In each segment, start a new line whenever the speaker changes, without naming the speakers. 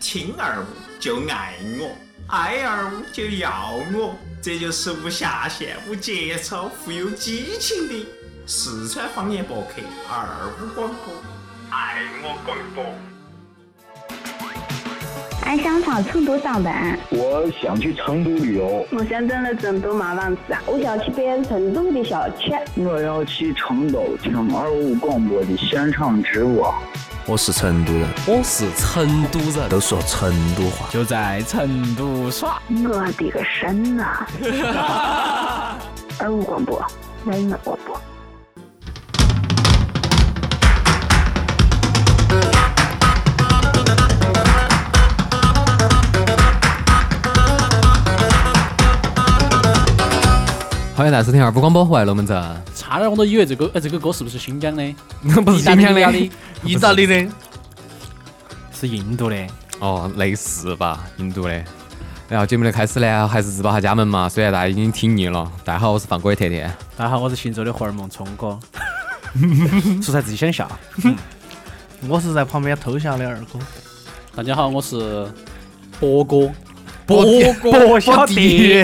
听二五就爱我，爱二五就要我，这就是无下限、无节操、富有激情的四川方言博客二五广播，爱我广播。
俺想上成都上班，
我想去成都旅游，
我想整了成都嘛房
啊
子，
我想去变成都的小区。
我要去成都听二五广播的现场直播。
我是成都人，
我是成都人，
都说成都话，
就在成都耍。
我的个神呐！二五广播，人们广播。
欢迎来收听二五广播，我爱龙门阵，
差点我都以为这个哎，这个歌是不是新疆的？
不是
意大
哦新
利
疆 的
的，
意大利的，
是印度的。
哦，类似吧，印度的。然后节目的开始呢，还是自报下家门嘛，虽然大家已经听腻了。大家好，我是放歌的 甜甜。
大家好，我是邢州的荷尔蒙聪哥， 说出来自己想笑。
嗯我是在旁边偷笑的二哥，
大家好，我是博哥，
博
哥，
小弟，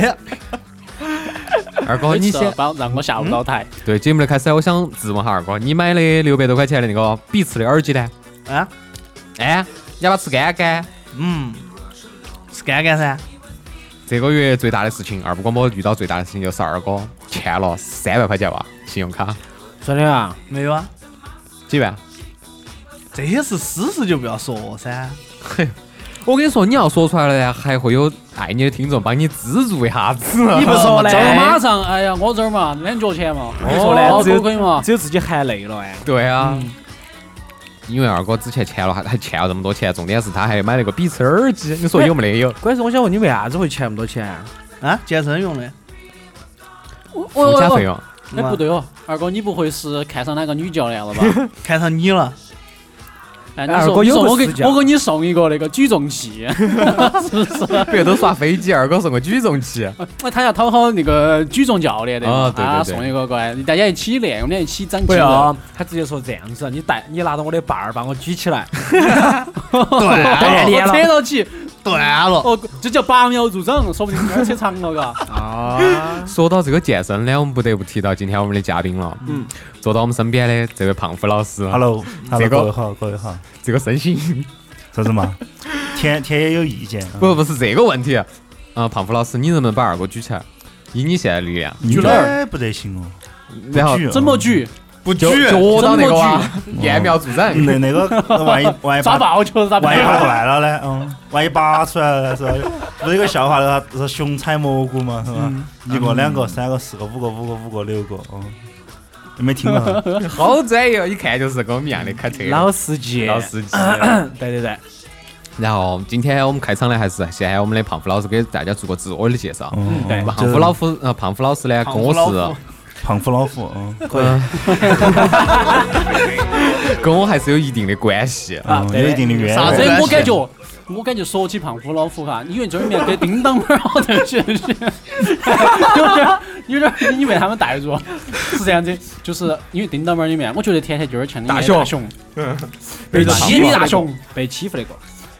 二哥，哦你
每次
先
把让我下不到台。
对节目的开始，我想质问下二哥，你买的六百多块钱的那个比次的耳机呢？
啊，
哎，你要把它吃干干。
嗯，是干干噻，
这个月最大的事情，二部广播遇到最大的事情就是二哥欠了三万块钱吧，信用卡
真的啊？
没有啊？
几万。
这些是私事就不要说噻。
我跟你说，你要说出来了呢，还会有爱你的听众帮你资助一下子。
你不说嘞
这儿马上，哎呀，我这儿嘛，两角钱嘛，你说呢？可不可以嘛？
只有自己含泪了哎。
对啊，因为二哥之前欠了，还还欠了这么多钱，重点是他还买了个笔刺耳机，你说有没得有？
关键是我想问你为啥子会欠那么多钱、
啊，健身用的，
附加费用。
哎，不对哦，二哥，你不会是看上哪个女教练了吧？
看上你了，
哎，你
二
说
哥
你
有
说
个
我给
私教
我给你送一个那个举重器，是不是？
别都耍飞机，二哥送个举重器。
哎，他要讨好那个举重教练的
啊
嘛，
对对
啊
对
送一个过来，大家一起练，我们俩一起长肌
不
啊
肉。
要，他直接说这样子，你带你拿到我的把儿把我举起来，
锻
炼了
扯到起，
断了。
哦，这叫拔苗助长，说不定儿扯长了，嘎。
说到这个健身呢，我们不得不提到今天我们的嘉宾了。嗯，坐到我们身边的这位胖虎老师
Hello，, hello
这个
各位好，各位好，
这个身形，
啥子嘛？田田也有意见，
不不是这个问题。啊，胖虎老师，你能不能把二哥举起来？以你现在的力量，
应该不得行哦。
然后
不举哦
怎么？举？
不举，脚到那个哇，揠苗助长。
那那个万一万一
抓
拔
爆球，咋
万一拔
办？
过来了呢？嗯，万一拔出来了是吧？不是有个笑话的，是熊采蘑菇嘛，是吧？一个、两个、三个、四个、五个、五个、五个、六个，嗯，你没听到？
好专业，一看就是跟我们一样的开车
老司机，
老司机。
对对对，
然后今天我们开场呢，还是先喊我们的胖虎老师给大家做个自我的介绍。
嗯，
对
嗯
胖虎老夫，呃，胖虎老师呢，跟我是，
胖虎老虎，嗯，
跟我还是有一定的关系。
啊
嗯有一定的渊源。
啥子？我感觉，我感觉说起胖虎老虎哈，因为这里面跟叮当猫儿好像是 有点儿有点儿，你被他们带入了，是这样子，就是因为叮当猫儿里面，我觉得甜甜就有点像里面的
大
大熊，
被
大
欺负
熊大
那
熊
个，，被欺负那个，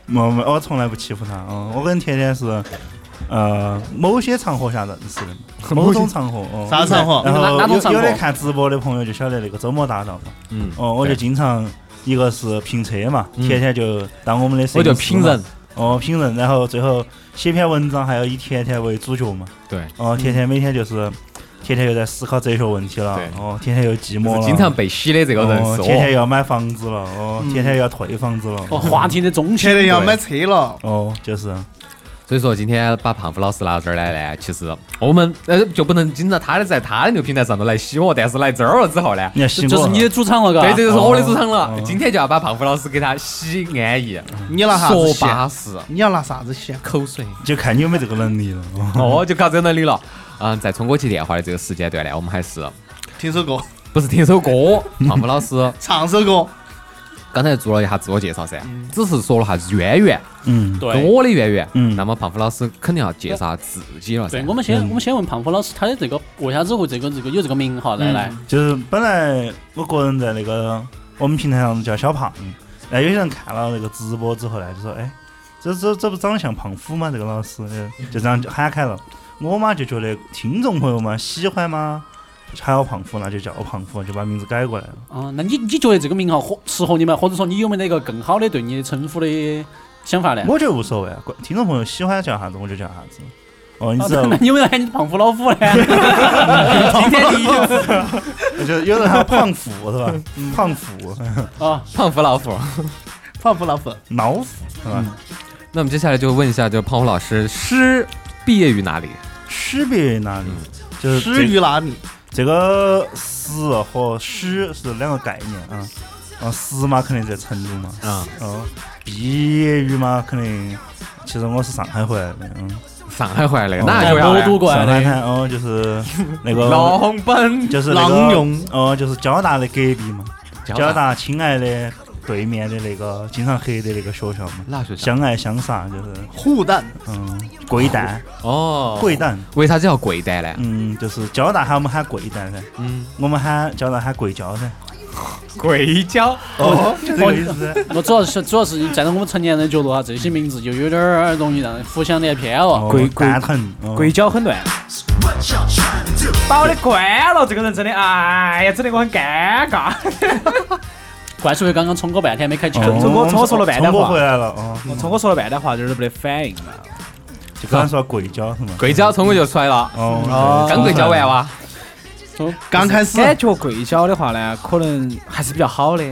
没没，我从来不欺负他。嗯，我跟甜甜是，呃，某些场合下认识的，某种场合。嗯
啥场合？
然后
哪哪种
有
场合
有的看直播的朋友就晓得那个周末搭档嘛。
嗯，
哦，我就经常一个是评车嘛，甜甜就当我们的摄
我
影师
就评
嘛
人。，
哦，评人，然后最后写篇文章，还要以甜甜为主角嘛。
对，
哦，甜甜每天就是，甜甜又在思考哲学问题了
嗯对。
哦，甜甜又寂
就
寞
是
了。
经常被洗的这个人
哦
是，
甜甜
我。
又要买房子了。哦，
嗯
甜甜又要退房子了。
哦，话题的中
前
心。
天要买车了，
哦，就是。
所以说今天把胖虎老师拿到这儿来呢，其实我们呃就不能经常他的在他的那个平台上头来洗我，但是来这儿了之后呢，
你要洗
这
我
是你的主场了，嘎。
对，这就是我的主场了
嗯哦。
今天就要把胖虎老师给他洗安逸，
你拿啥子
说
洗？
巴适，
你要拿啥子
啊
洗？
口水。
就看你有没有这个能力了。
哦，就靠这能力了。嗯，在聪哥接电话的这个时间段呢，我们还是
听首歌，
不是听首 歌？胖虎老师
唱首歌。
刚才做了一下自我介绍噻，
嗯
只是说了下渊源，
嗯，
跟我的渊源。
嗯
那么胖虎老师肯定要介绍自己了噻
对，。我们先我们先问胖虎老师，他的这个为啥子会这个这个有这个名号？来来，
就是本来我个人在那个我们平台上叫小胖，那有些人看了那个直播之后呢，就说：“哎，这这这不长得像胖虎吗？这个老师嗯就这样就喊开了。我嘛就觉得听众朋友们喜欢吗？喊我胖虎，那就叫我胖虎，就把名字改过来了。
啊，那你你觉得这个名号合适合你吗？或者说你有没得一个更好的对你称呼的想法呢？
我觉得无所谓，管听众朋友喜欢叫啥子我就叫啥子。哦，你
啊
知道吗
那？你有没有喊你胖虎老 虎呢？今天你就
就有人喊胖虎是吧？胖虎，
啊，
胖虎 老虎，
胖虎老虎，
老虎是吧？
那我们接下来就问一下，就胖虎老师，诗毕业于哪里？
诗别于哪里？就是这
诗于哪里？
这个诗和诗是两个概念啊。啊，诗嘛，肯定在成都嘛。
啊，
哦，毕业于嘛，肯定。其实我是上海回来的，嗯，
上海回来的，
哦
那就要
在魔都过来
上
的
海滩哦，就是 那个
狼奔
就是那个
浪涌
哦，就是交大的隔壁嘛，交
交大
大亲爱的对面的那个经常黑的那个学校嘛，
那学校
相爱相杀就是
护蛋
嗯，贵蛋
哦，
贵蛋，
为啥子叫贵蛋呢？
嗯，就是交大喊我们喊贵蛋噻，
嗯，
我们喊交大喊贵交 噻，
贵交
哦，就这个意思。
我主要是主要是站在我们成年人的角度啊，这些名字就有点儿容易让人浮想联翩了。
贵哦蛋疼，哦
鬼脚很乱，把我的关了，这个人真的，哎呀，整得我很尴尬。
怪叔叔刚刚冲哥半天没开窍，
哦
中国
们
中国说了半
中
蛋
国
话
回来了哦，
我从我说了半天话，就是没得反应了。
就刚才说贵交是吗？
贵交冲我就出来了，
哦，
刚贵交完啊哇，
刚开始
感觉跪脚的话呢，可能还是比较好的。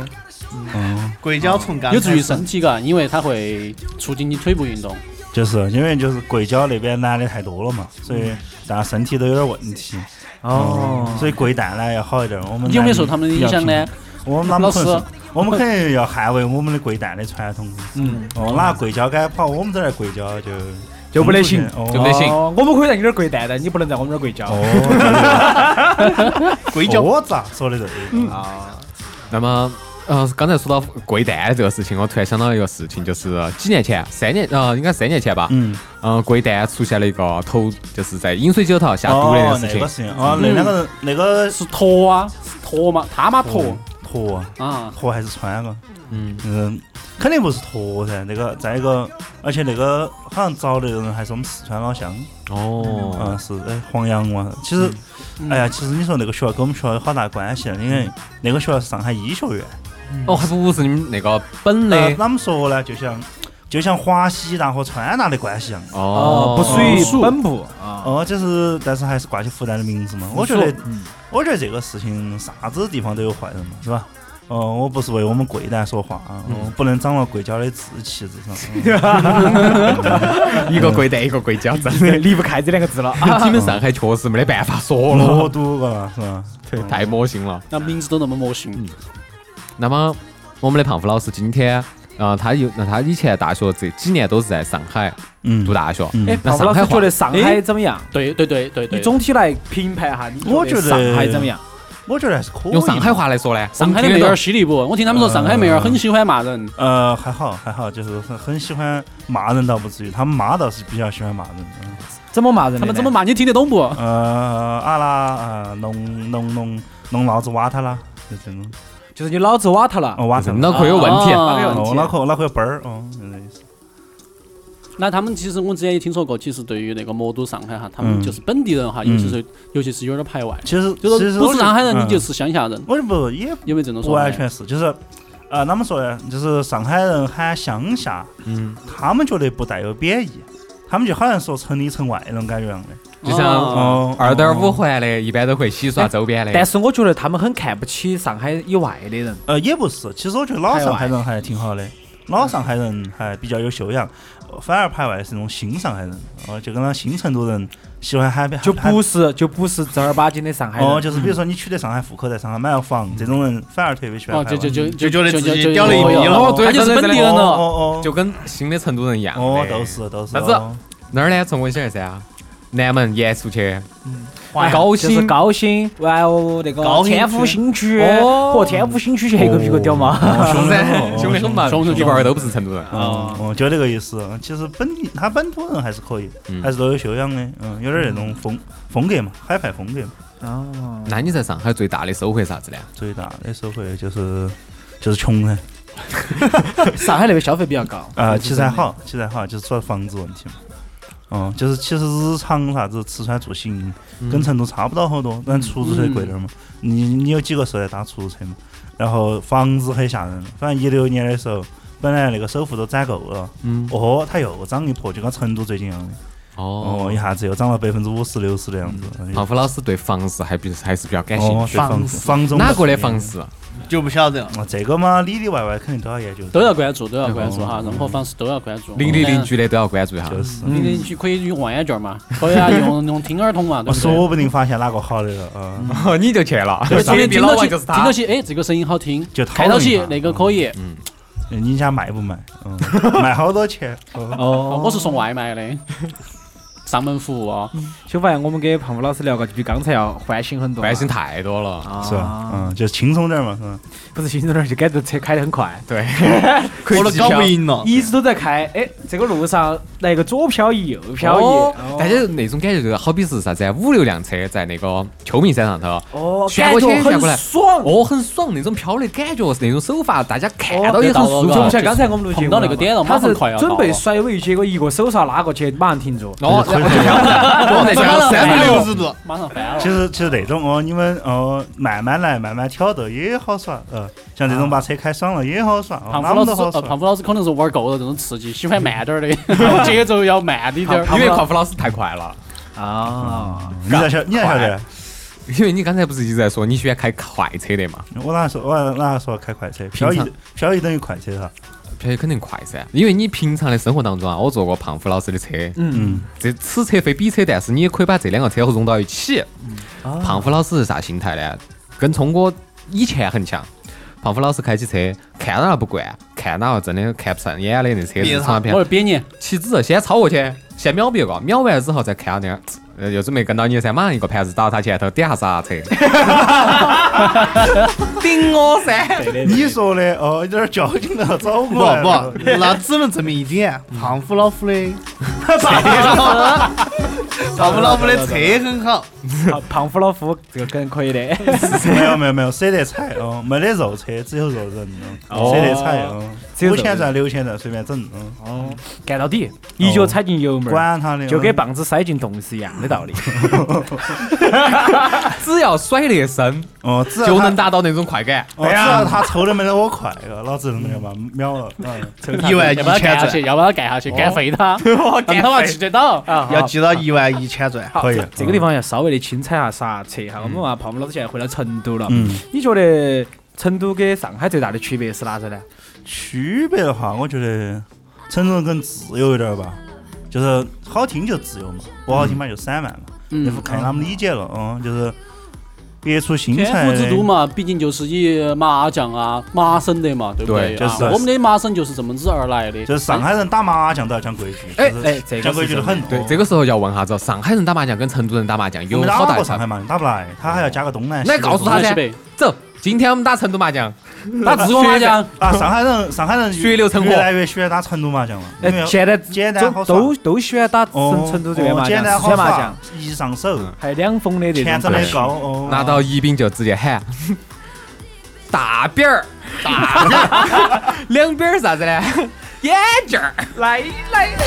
嗯，
跪跤从刚
有
开
助于
始
身体嘎，因为它会促进你腿部运动。
就是因为就是贵交那边男的太多了嘛，所以大家身体都有点问题。
哦，
所以贵蛋呢要好一点。我
嗯
们
你有没有受他们的影响呢
男？我们哪
老
么
师
可能是？我们肯定要捍卫我们的贵蛋的传统。
嗯，
哦，哪个贵交敢跑我们这儿来贵交就
就不得行
冲出去
就不
哦
得行
哦，我们可以在你这儿跪蛋蛋，你不能在我们这儿哦跪跤。
哦，
跪跤，
我咋说的对？
嗯
嗯
啊，
那么，呃，刚才说到跪蛋这个事情，我突然想到一个事情，就是几年前，三年，呃，应该三年前吧，
嗯，
嗯，跪蛋出现了一个头，就是在饮水酒头下毒的那
哦
个，事
那个
情，
事情，哦，
嗯
那两个人那个
是驼啊，是驼嘛，他妈
哦
驼
驼
啊，
驼嗯还是穿个？
嗯，
嗯，肯定不是驼噻。那个再一个，而且那个好像找的人还是我们四川老乡。
哦，
嗯，是哎，黄洋嘛。其实，哎呀，其实你说那个学校跟我们学校有好大关系，啊因为那个学校是上海医学院。呃
哦，还不是你们那个本
那
的，
啷么说呢？就像就像华西大和川大的关系一样。
哦，
不属于
哦
本部啊。
哦，就是，但是还是挂起复旦的名字嘛。我觉得，
嗯
我觉得这个事情啥子地方都有坏人嘛，是吧？哦、我不是为我们贵蛋说话啊，
嗯
我不能长了贵家的志气，至少。 嗯
一个跪蛋，一个跪跤， 真的。
离不开这两个字了。
你们上海确实没得办法说
魔
了，
都嘎，啊是吧？对
太魔性了。
那名字都那么魔性，
那么我们的胖虎老师今天，呃，他有，那他以前大学这几年都是在上海
嗯
读，大学，
嗯
哎，
那
胖虎老
上海
师觉
话
得上海怎么样？
对对对对
你
对。
总体来评判一下，你
我
觉
觉得
上海怎么样？
我觉得还是可以。
用上海。话来说呢，
上海的
我们
妹
听得
儿
懂
犀利不？我听他们说上海妹儿很喜欢骂人，
呃，还好还好，就是很很喜欢骂人倒不至于，他们妈倒是比较喜欢骂人。嗯
怎么骂人的呢？
他们怎么骂你听得懂不？
呃，阿拉啊，弄弄弄弄老子挖他啦，就这种。
就是你脑子瓦特了
哦，，挖他
人脑壳有问题，
哪个有
啊
问
哦，
题
脑壳脑壳有崩儿哦，就这意思。
那他们其实我之前也听说过，其实对于那个魔都上海哈，他
嗯
们就是本地人哈，
嗯
尤其是尤其是有点排外，
其实
就
其
是
实
不
我
是
觉
上海人
嗯
你就是乡下人，
我就不也
有没有这种
不
说法
完
呢？
全是，就是呃，怎么说呢？就是上海人喊乡下，
嗯，
他们觉得不带有贬义，他们就好像说城里城外那种感觉一样的。
就像
哦
哦，
二点五
哦
环的，一般都会洗刷周边的。
但是我觉得他们很看不起上海以外的人。
呃，也不是，其实我觉得老上海人还挺好的，老上海人还比较有修养，呃反而排外是那种新上海人，哦，就跟那新成都人喜欢喊
就
喊
不是就不是正儿八经的上海人。
哦，就是比如说你娶在上海户口，在上海买了房，这种人反而特别喜欢
哦，
排
就
外。
就就
就觉得自己
就
掉了一
米了
哦
对
他就是
真的
本地
真
人
哦
了。
哦哦，
就跟新的成都人一样的。
哦，都是都是。
啥子
哦
那儿呢？从我想噻啊，南门演出去，
哎
高
就
新
是高新，然后那个
高新区
天府新区，
哦
和天府新区去黑个屁股屌嘛。
哦
是
凶得很
噻，
哦
凶得很啊嘛，
凶凶
一半儿都不是成都人。
哦，哦就这个意思。其实本地他本土人还是可以，
嗯
还是都有修养的，嗯，有点那种风风格嘛，海派风格嘛。
哦，
那你在上海最大的收获是啥子呢？
最大的收获就是就是穷噻，
上海那边消费比较高。
啊，其实还好，其实还好，就是主要房子问题嘛。嗯，就是其实日常啥子吃穿住行跟成都差不到好多，但出租车贵点儿嘛。你你有几个时候在打出租车嘛？然后房子很吓人，反正一六年的时候，本来那个首付都攒够了，
嗯
哦，它又涨一波，就跟成都最近一样的。
哦嗯
哦，一下子又涨了百分之五十、六十的样子。哎
胖哦虎老师对房市还比还是比较感兴
哦，
趣。
对房子房中
哪个的房市？
就不晓得了。啊这个嘛，里里外外肯定都要研究。
都要关注，都要关注哈，任何方式都要关注。
邻里邻居的都要关注一下。
就是
邻里邻居可以用望 远镜嘛，可以啊，用用听耳筒嘛，对不
我
对？
啊说不定发现哪个好的了啊！
哦， 你就去了，
对，上
上面
面
比
听
老
到
王
起，
就是
听
他
到。起，哎，这个声音好听，
就讨
看
论
到
一
起
下
那个可以。
你家卖不卖？嗯，卖好多钱？哦
哦，我是送外卖的，上门服务哦。
就发现我们给胖虎老师聊个，就比刚才要欢欣很多啊，
关心太多了，
是吧？嗯，就轻松点嘛，是吧？
不是心中那儿就感觉车开得很快，
对，
我都搞不赢了。
一直都在开。哎，这个路上来个左漂移，右漂
哦
移，
大家那种感觉就是好比是啥子啊，五六辆车在那个秋名山上头，
哦，
旋
感
过去
觉
旋过来
很爽。
哦，很爽那种飘的感觉，那种手法，大家看
哦
到也很舒服。
对
就
到
像刚才我们录节
碰
目
到那个点了
他
马上
是
快要到啊
准
了
备甩尾，结果一个手刹拉过去，马上停住。
哦，然后然后再加上三百六，
十度，
马上翻了
其。实其实那种哦，你们哦慢慢来，慢慢挑逗也好耍，呃，像这种把车开爽了也好耍，哦
胖
哪
虎
么
老
都
师
好，
呃，
耍
胖。虎老师可能是玩够了这种刺激，喜欢慢点儿的，节奏要慢一点儿。
因为胖虎老师太快了。
啊，
嗯你咋晓你咋晓得？
因为你刚才不是一直在说你喜欢开快车的嘛？
我哪说我哪说开快车？漂移
平常
漂移等于快车哈？
漂移肯定快噻，因为你平常的生活当中啊，我坐过胖虎老师的车，
嗯，
这此车非彼车，但是你也可以把这两个车融到一起。胖虎老师是啥心态呢？跟聪哥以前很像。胖虎老师开起车，看哪个不惯，看哪个真的看不上眼的那车子，闯
我
片
是扁你，
起子先超过去，先秒别个，秒完之后再看那，呃，又准备跟到你噻，马上一个盘子打到他前头，点下刹车，顶我噻！
你说的哦，有点矫情了，找
不
我来了
不，那只能证明一点，胖虎老虎的，胖虎老虎的车很好，
胖胖虎老夫这个梗可以的。
没有没有没有，舍得踩哦，没得肉车，只有肉人哦，舍得踩哦，
只有
五
肉
千转六千转随便整，嗯，
哦，干到底，一脚踩进油门儿，
管他的，
就
嗯
跟棒子塞进洞是一样的道理。
只要甩得深，
哦， 只要
就
他
能达到那种快感。
哦，只要他抽的没得我快，老子能干嘛？秒了，嗯
一万一
要把他
千
干下去，
转，
要把他干下去，干废他，让他娃记得到啊。
要记到一万一千转。
好，
可以
这这个
嗯
地方要稍微的轻踩下刹车哈。我们话胖虎老师现在回到成都了，
嗯，
你觉得成都跟上海最大的区别是哪子呢？
区别的话，我觉得成都人更自由一点儿吧，就是好听就自由嘛，不好听嘛就散漫嘛，那不看他们理解了，嗯，就是别出心
天
裁
府之都
的，
嘛，毕竟就是以麻将啊、麻绳的嘛，对不
对
啊
就是
我们的麻绳就是这么子而来的。
就是上海人打麻将都要讲规矩，
哎
呃就是
哎这个
讲规
是
矩的很，
对，这
个
个时候要问下子，上海人打麻将跟成都人打麻将有
我们打
好大
不
的
过
差
上
别？
海嘛，打不来，他还要加个东南西
那
北。
告诉他
东南
噻
西北，
走，今天我们打成都麻将，
嗯
打自由麻将，
啊，上海人，上海人
血流成河
越来越喜欢打成都麻将了，因为
哎，现在
简单
都
好耍
都都喜欢打
哦
成，成都这边
哦
麻
简
将、
单
四
好
川麻
耍
将，，
易上手，
还有两峰的这
钱
种
挣得高，哦，
拿到一饼就直接 喊大饼儿，大饼 儿，两饼儿啥子呢？眼镜儿，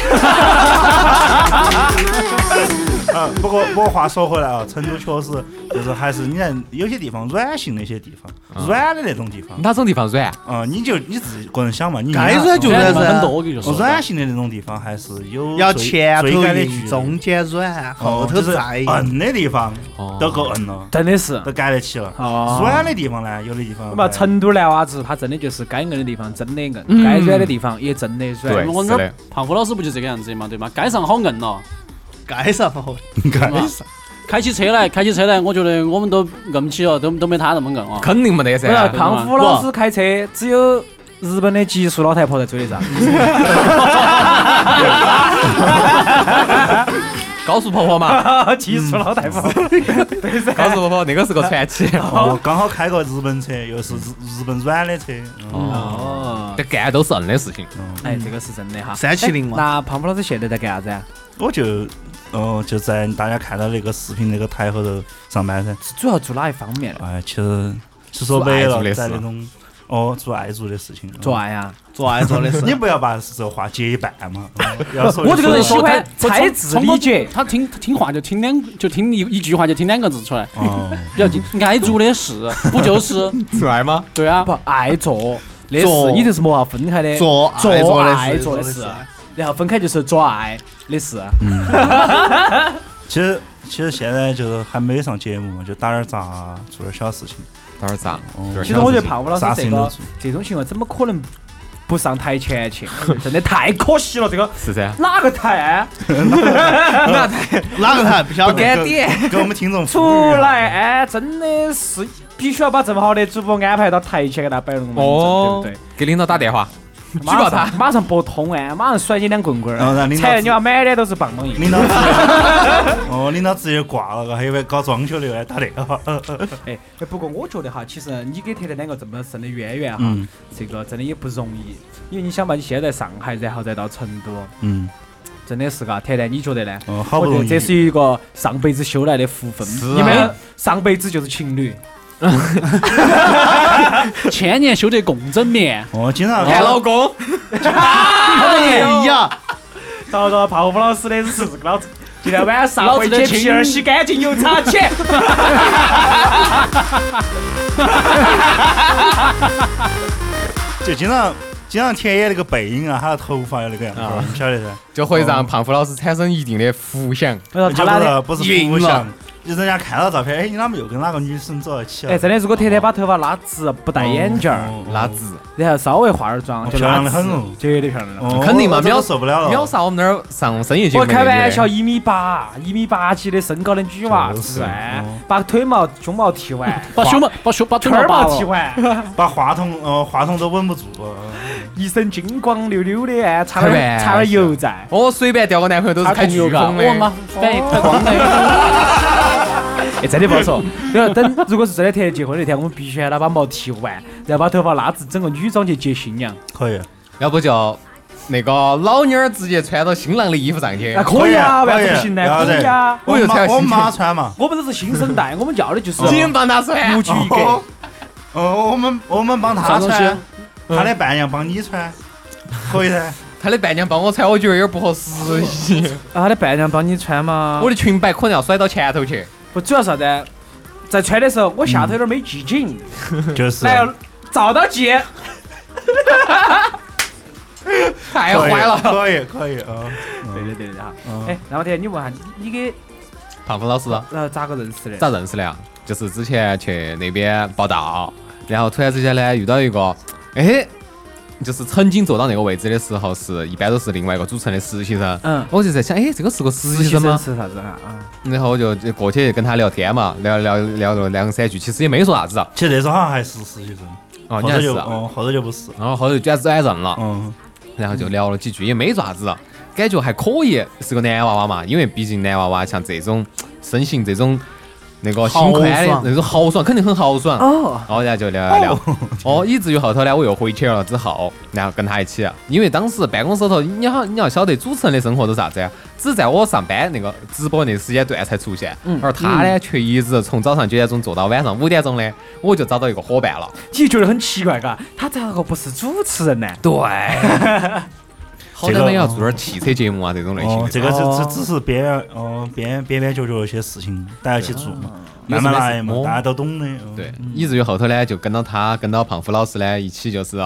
嗯
啊，不过不过话说回来啊，成都确实就是还是你看有些地方软性的一些地方，软的那种地方，
哪种地方软？
啊，你就你自己个人想嘛，你哦
该软就
虽然
软
你们很
噻，
多，我跟你说。
软性的那种地方还是有
要
最
前头
最感的距
硬，
离
中间软，后
哦
头
就是
再硬。
硬的地方
哦
都够硬了，
真的是。
都干得起了。
哦
软的地方呢，有的地方
那么
还
成都男娃子，他真的就是该硬的地方真的硬，
嗯
该软的地方也真的
对
软。
我
是
那
的
儿胖虎老师不就这个样子的嘛，对吗？街上好硬了，
该上好，
对吧开起车来，开起车来，我觉得我们都硬不起了，都都没他那么硬啊。
肯定没得
不是
噻。
胖虎老师开车，只有日本的极速老太婆在追得上。
高速婆婆嘛， 嗯
极速老太婆，
高速婆婆那个是个传奇。
哦，刚好开个日本车，又是日日本软的车，嗯
哦，这干都是硬的事情。
哎，这个是真的哈。
三七零嘛。
那啊胖虎老师现在在干啥子啊？
我就哦就在大家看到那个视频那个台后头上班噻。
主要做哪一方面呢？
哎，其实是说白
是爱做
了
的，事
在那种哦，做爱做的事情，嗯
做爱呀做爱做的事
你不要把这话截一半嘛。嗯要说
我这个人喜欢
不
才智理解，他听听话就听两，就听一一句话就听两个字出
哦
来，
嗯
比较近。爱做的事不 就是
做爱吗？
对啊，不
爱做的
做
事，你这是没法分开的。
做
做
爱做的
爱
事
做的
做
事
的事，
然后分开就是做爱的事。
其实其实现在就是还没上节目嘛，就打点杂，做点小事情。
打点杂，
其实我觉得胖虎老
啥
师这
事情都
个
做。
这种行为怎么可能不上台前去？真的太可惜了，这个
是噻。
哪个台啊？哪台？
哪个台不晓得？
不敢点
给我们听众服务
出
一下
嗯
来，哎，真的是必须要把这么好的主播安排到台前给大家摆龙门阵，对不
哦
对？，
给领导打 电话，举
马
报
上
他。
马上拨通哎，马上甩你两棍棍
哦
然后让
儿，
领导
踩
知
你要满脸都是棒棒硬。
领导直接 哦，领导直接挂了，还以为搞装修的来打电话。
哎，不过我觉得哈，其实你跟铁蛋两个这么深的渊源哈，
嗯
这个真的也不容易，因为你想嘛，你现在在上海，然后再到成都，
嗯，
真的是嘎，铁蛋，你觉得呢？
哦，好不
我觉
容
得
易，
这是一个上辈子修来的福分，
是啊
你们上辈子就是情 侣，
千年修得共枕眠，
哦，经常
看老公，
哎呀，
找到泡芙老师的事，老子今天晚上
老
回
子
去
的
皮儿洗干净油擦起。
就经常经常田野那个背影啊，他的头发有那个样子，
啊
你晓得噻？
就会让胖虎老师产生一定的浮想。
我说他
就
哪
不
天
是不是
晕
不
了
想，就人家看到照片，哎，你啷么又跟哪个女生走到一起了？啊
哎，真的，如果天天把头发拉直，不戴眼镜儿，
哦哦
拉直，
然后稍微化点妆，
哦
就
漂
拉
亮得
直
很哦，
绝对漂亮了。
哦
肯定嘛
我真
秒
的受不了了，
秒杀我们那儿上生意节目
我
那个
开
女的。
玩笑，一米八、一米八几的身高的女娃
就是
子，哎
哦
把腿毛、胸毛剃完，
把胸毛把胸把腿
腿
毛
儿
拔
毛剃
了，
完，
把话筒哦话筒都稳不住。
一身金光溜溜的，哎，擦
开
点
玩
擦点油在。
我随便调个男朋友都是开啊飓
嘎，
风
我妈
的，
反应太光的，
哎，真的不好说。 然后等，如果是真的天结婚那天，我们必须喊他把毛剃完，然后把头发拉直，整个女装去接新娘。
可以，
要不就那个老妞儿直接穿到新郎的衣服上去
那。可以啊，为
可
啥
以
子不行
然
呢？
后
可
再
以啊。
我
我就
妈
才
我
信
妈穿嘛。
我们都是新生代，我们要的就是
紧帮他穿，
独具 一格。
哦，我们我们帮她
啥东西
穿，她的伴娘帮你穿，可以噻。
他的伴娘帮我穿，我觉得有点不合时宜。
啊，他的伴娘帮你穿嘛
我的裙摆可能要甩到前头去。
不主要是啥子？在穿的时候，我下头有点没系紧，
就是
来照到系。
太
可
哎
以
坏了！
可以可以啊。
对的对的哈。哎，那么天，你问下你给
胖虎老师
呃咋个认识的？
咋认识的啊？就是之前去那边报道，然后突然之间呢遇到一个，哎，就是曾经坐到那个位置的时候是，一般都是另外一个主持人的实习生。
嗯
我就在想，哎，这个是个实
实
习
习
生吗？
是啥子啊？啊，
然后我就就过去跟他聊天嘛，聊聊聊了两三句，其实也没说啥子啊。
其实那时候好像还是实习生，
哦，
后
你
头
还是
就
啊。
哦后头就不是。
然后后头转转正了，
嗯，
然后就聊了几句，也没啥子，感觉还可以，是个男娃娃嘛，因为毕竟男娃娃像这种身形这种那个心宽
豪
的
爽
那种豪爽，肯定很豪爽。
哦，
然后大家就聊聊聊，哦，以至于后头呢，我又回去了之后，然后跟他一起，啊因为当时办公室头，你好，你要晓得主持人的生活都是啥子呀？只在我上班那个直播那时间段才出现，而他呢，却一直从早上九点钟做到晚上五点钟的，我就找到一个伙伴了。
你就觉得很奇怪嘎？他咋个不是主持人呢？
对，好歹呢也要做点汽车节目啊，这种类型
哦
的，。
这个只只只是边缘哦边边边角角一些事情，大家去做嘛，慢慢来
有
嘛
什么事，
大家都懂的。嗯
对，以至于后头呢，就跟到他，跟到胖虎老师呢，一起就是，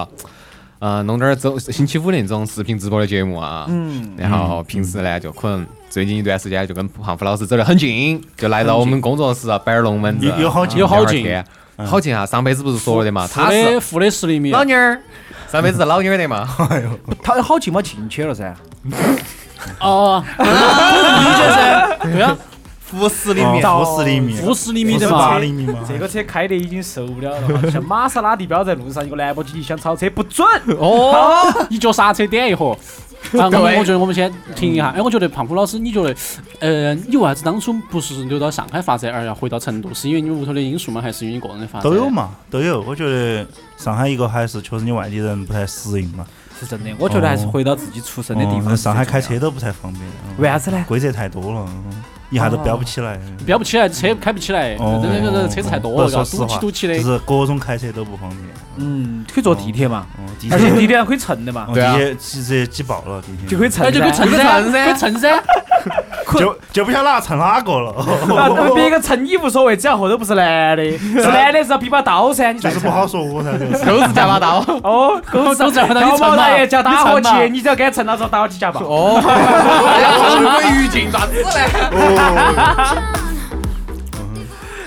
呃，弄点儿周星期五那种视频直播的节目啊。嗯。然后平时呢，就可能最近一段时间就跟胖虎老师走得很近，就来到我们工作室啊摆点儿龙门阵，
有有好近
有好
聊会儿天好近啊！上辈子不是说了的嘛，
负
他是
的负的十厘米，
老妞儿，上辈子是老妞儿的嘛。
他好进嘛进去了噻，
哦，理解噻，对呀，
负十厘
哦，
米，
负十厘米，
负十厘米的
八
嘛，
厘米嘛。
这个车开得已经受不了了，像玛莎拉蒂标在路上，一个兰博基尼想超车不准。
哦，一脚刹车点一盒。 啊，我
对
们我觉得我们先停一
嗯
下。哎，我觉得胖虎老师，你觉得，呃，你为啥子当初不是留到上海发展，而要回到成都？是因为你们屋头的因素吗？还是因为你个人的发展？
都有。嘛，都有。我觉得上海一个还是确实你外地人不太适应嘛，
是真的，我觉得还是
哦
回到自己出生的地
嗯
方。
上海开。车都不太方便，嗯
为啥子呢？
规则太多了。嗯一下都飙不起来。
飙不起来，车开不起来，
哦
那那个车子太多了，
不
嘎，
是
堵
说实
起
话，
堵起的
就。是各种开车都不方便。哦
嗯，可以坐地铁嘛，
地
而且地
铁
铁上可以蹭的嘛，
哦地铁直接挤爆了，地铁
哎就可以蹭
那
噻，
就可以蹭噻，可以蹭噻。
就就不晓得哪蹭哪个了。
啊，对别个蹭你无所谓，只要后头不是男的，是男的是要比把刀噻，你
就
再
是
蹭
不好说噻，就是
都是加把刀。
哦， 狗
狗子要让你
高
蹭
毛
嘛
大爷叫打火
你蹭嘛
机，你只要给他蹭到说打火机夹爆。
哦，我有个语境咋子嘞？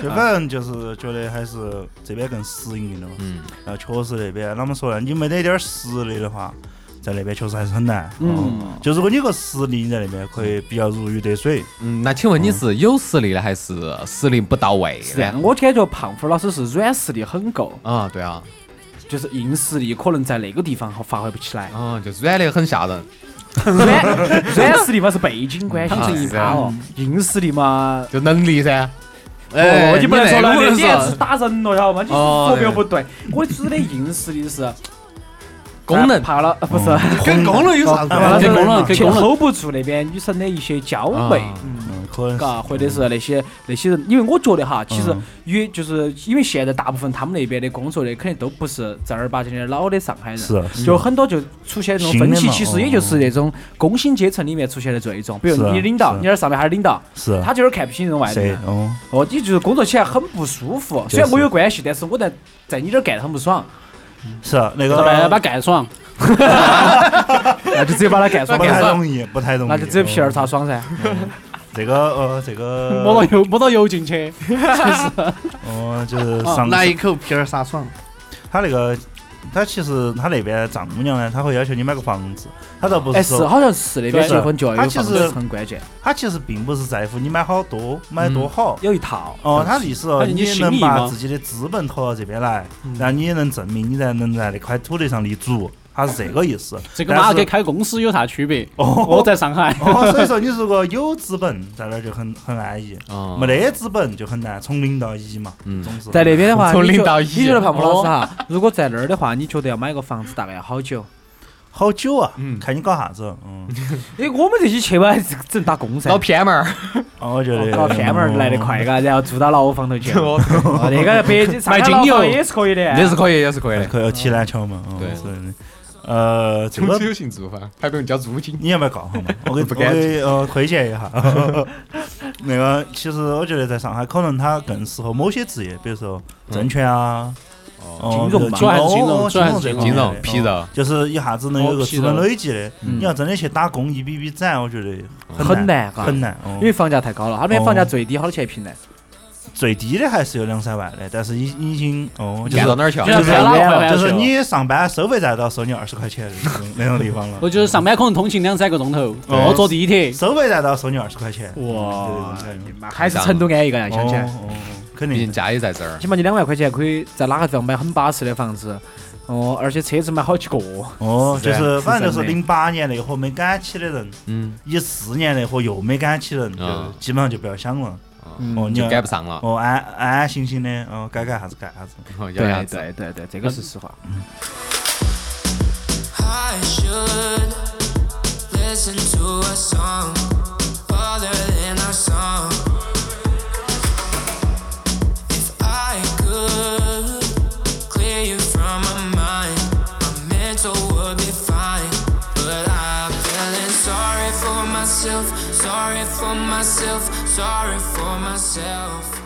就反正就是觉得还是这边更适应一点嘛。
嗯，
然后确实那边啷么说呢？你没得点儿实力的话，在那边确实还是很难。
嗯
哦，就如果你有个实力，你在那边可以比较如鱼得水。
嗯，那请问你是有实力的还是实力不到位
是这
的
样，？我感觉胖虎老师是软实力很够，
啊，对啊，
就是硬实力可能在那个地方好发挥不起 来。
啊，就软的很吓人。
软软实力嘛是背景关系
躺，成一趴哦，
硬实力嘛，
就能力噻。
哦，你不能说
那
那
个
个
人
点是
是
打人了，晓得吗？你
哦
说没有不对，我指的硬实力是
功能，
怕了，呃不是。
跟功能有啥
怕了
跟功能
去
跟功能
hold 不住那边女生的一些娇媚，
啊
嗯，可能是
嘎，或者是那些那些人，因为我觉得哈，其实
嗯
也就是因为现在大部分他们那边的工作的肯定都不是正儿八经的老的上海人，
是啊
就很多就出现那种
新的
分
嘛
歧，其实
哦
也就是那种工薪阶层里面出现的最重，比如
是啊
你领导，
是啊
你那儿上面还是领导，
是啊
他就有点看不起人外头
谁
人，
哦，
哦，你就是工作起来很不舒服。
是
虽然我有关系，但是我在在你这儿干得很不爽，
是啊那
老板把
个
干 爽，
那就直接把他干
不
爽干
太
爽，
容易，不太容易。
那就只有皮儿
哦。
擦爽噻。
这个呃，这
摸到
个
油摸到油进去，
哦，就是
啊
上
来一口皮儿沙爽，
他那个。他其实他那边丈母娘呢，他会要求你买个房子，他倒不
哎，
是
是
说
好像是那边
对
结婚就要有
他
房
其实
子，很关键，
他其实并不是在乎你买好多买多好，
有一套。
哦，他的意思哦，
他是你
你
心
能
意
把
吗
自己的资本投到这边来，然后你也能证明你在能在那块土地上立足，他是这个意思。
这个
但
妈
是
跟开公司有啥区别？
哦
我在上 海，
哦，所以说你如果有资本在那儿就很很安逸，
哦
没得资本就很难从零到一嘛，
嗯
总是
在那边的话，
从
你
零
觉
到一
你觉得胖虎老师哈，如果在那儿的话，你觉得要买个房子大概要好久？
好久啊
嗯，
看你搞啥子，嗯，
因为我们这些去嘛，还是只能打工噻
老。偏门儿，
哦，我觉得
搞偏门儿来得快，嘎，然后住到牢房头去。 哦，那个北哎京上海
卖精
牢
油
房也是可以的。
也是可以，也是可以
嗯，
的。
可以踢篮球嘛，哦
对
之类的，呃，这个
有性住房还不用交租金。
你要不要告诉我们？我给
不
我
敢
给呃推荐一下。那个，其实我觉得在上海，可能它更适合某些职业，比如说证券啊，哦
金融嘛
比如说
金融
哦
主要还是
金融
金
这
融
方面的
批
哦
的，
就是一下子能有一个
哦
资本
批的
累积的。你要真的去打工，一笔笔攒，我觉得
很
难
难，嘎
很难。哦
因为房价太高了，他那边房价最低好多钱一平呢？
最低的还是有两三万的，但是已已经哦， 就
干
是
到哪儿去啊
就
了？
是在哪
就是
换
就是你上班收费站到收你二十块钱的那种那种地方 了。
我就是上班可能通勤两三个钟头，
哦
我坐地铁，
收费站到收你二十块钱。
哇
对对对
还是成都啊安逸个呀，想起
哦
来，
哦哦肯
毕
定
竟家也在这儿。
起码你两万块钱可以在哪个地方买很巴适的房子，哦，而且车子买好几个，
哦，
是这
就
样
是反正就
真
是
的
零八年那伙没赶起的人，
嗯，
一四年那伙又没赶起人，就
啊
基本上就不要想了。哦，
嗯，
你
就
要
赶不上了。
哦，安安安心心的，哦，该干啥子干啥子。
哦要啥
对啊嗯
子
对对对，这个是实话。
I should listen to a song other than our song. If I could clear you from my mind, my mental would be fine. But I'm feeling sorry for myself, sorry for myself, sorry for myself.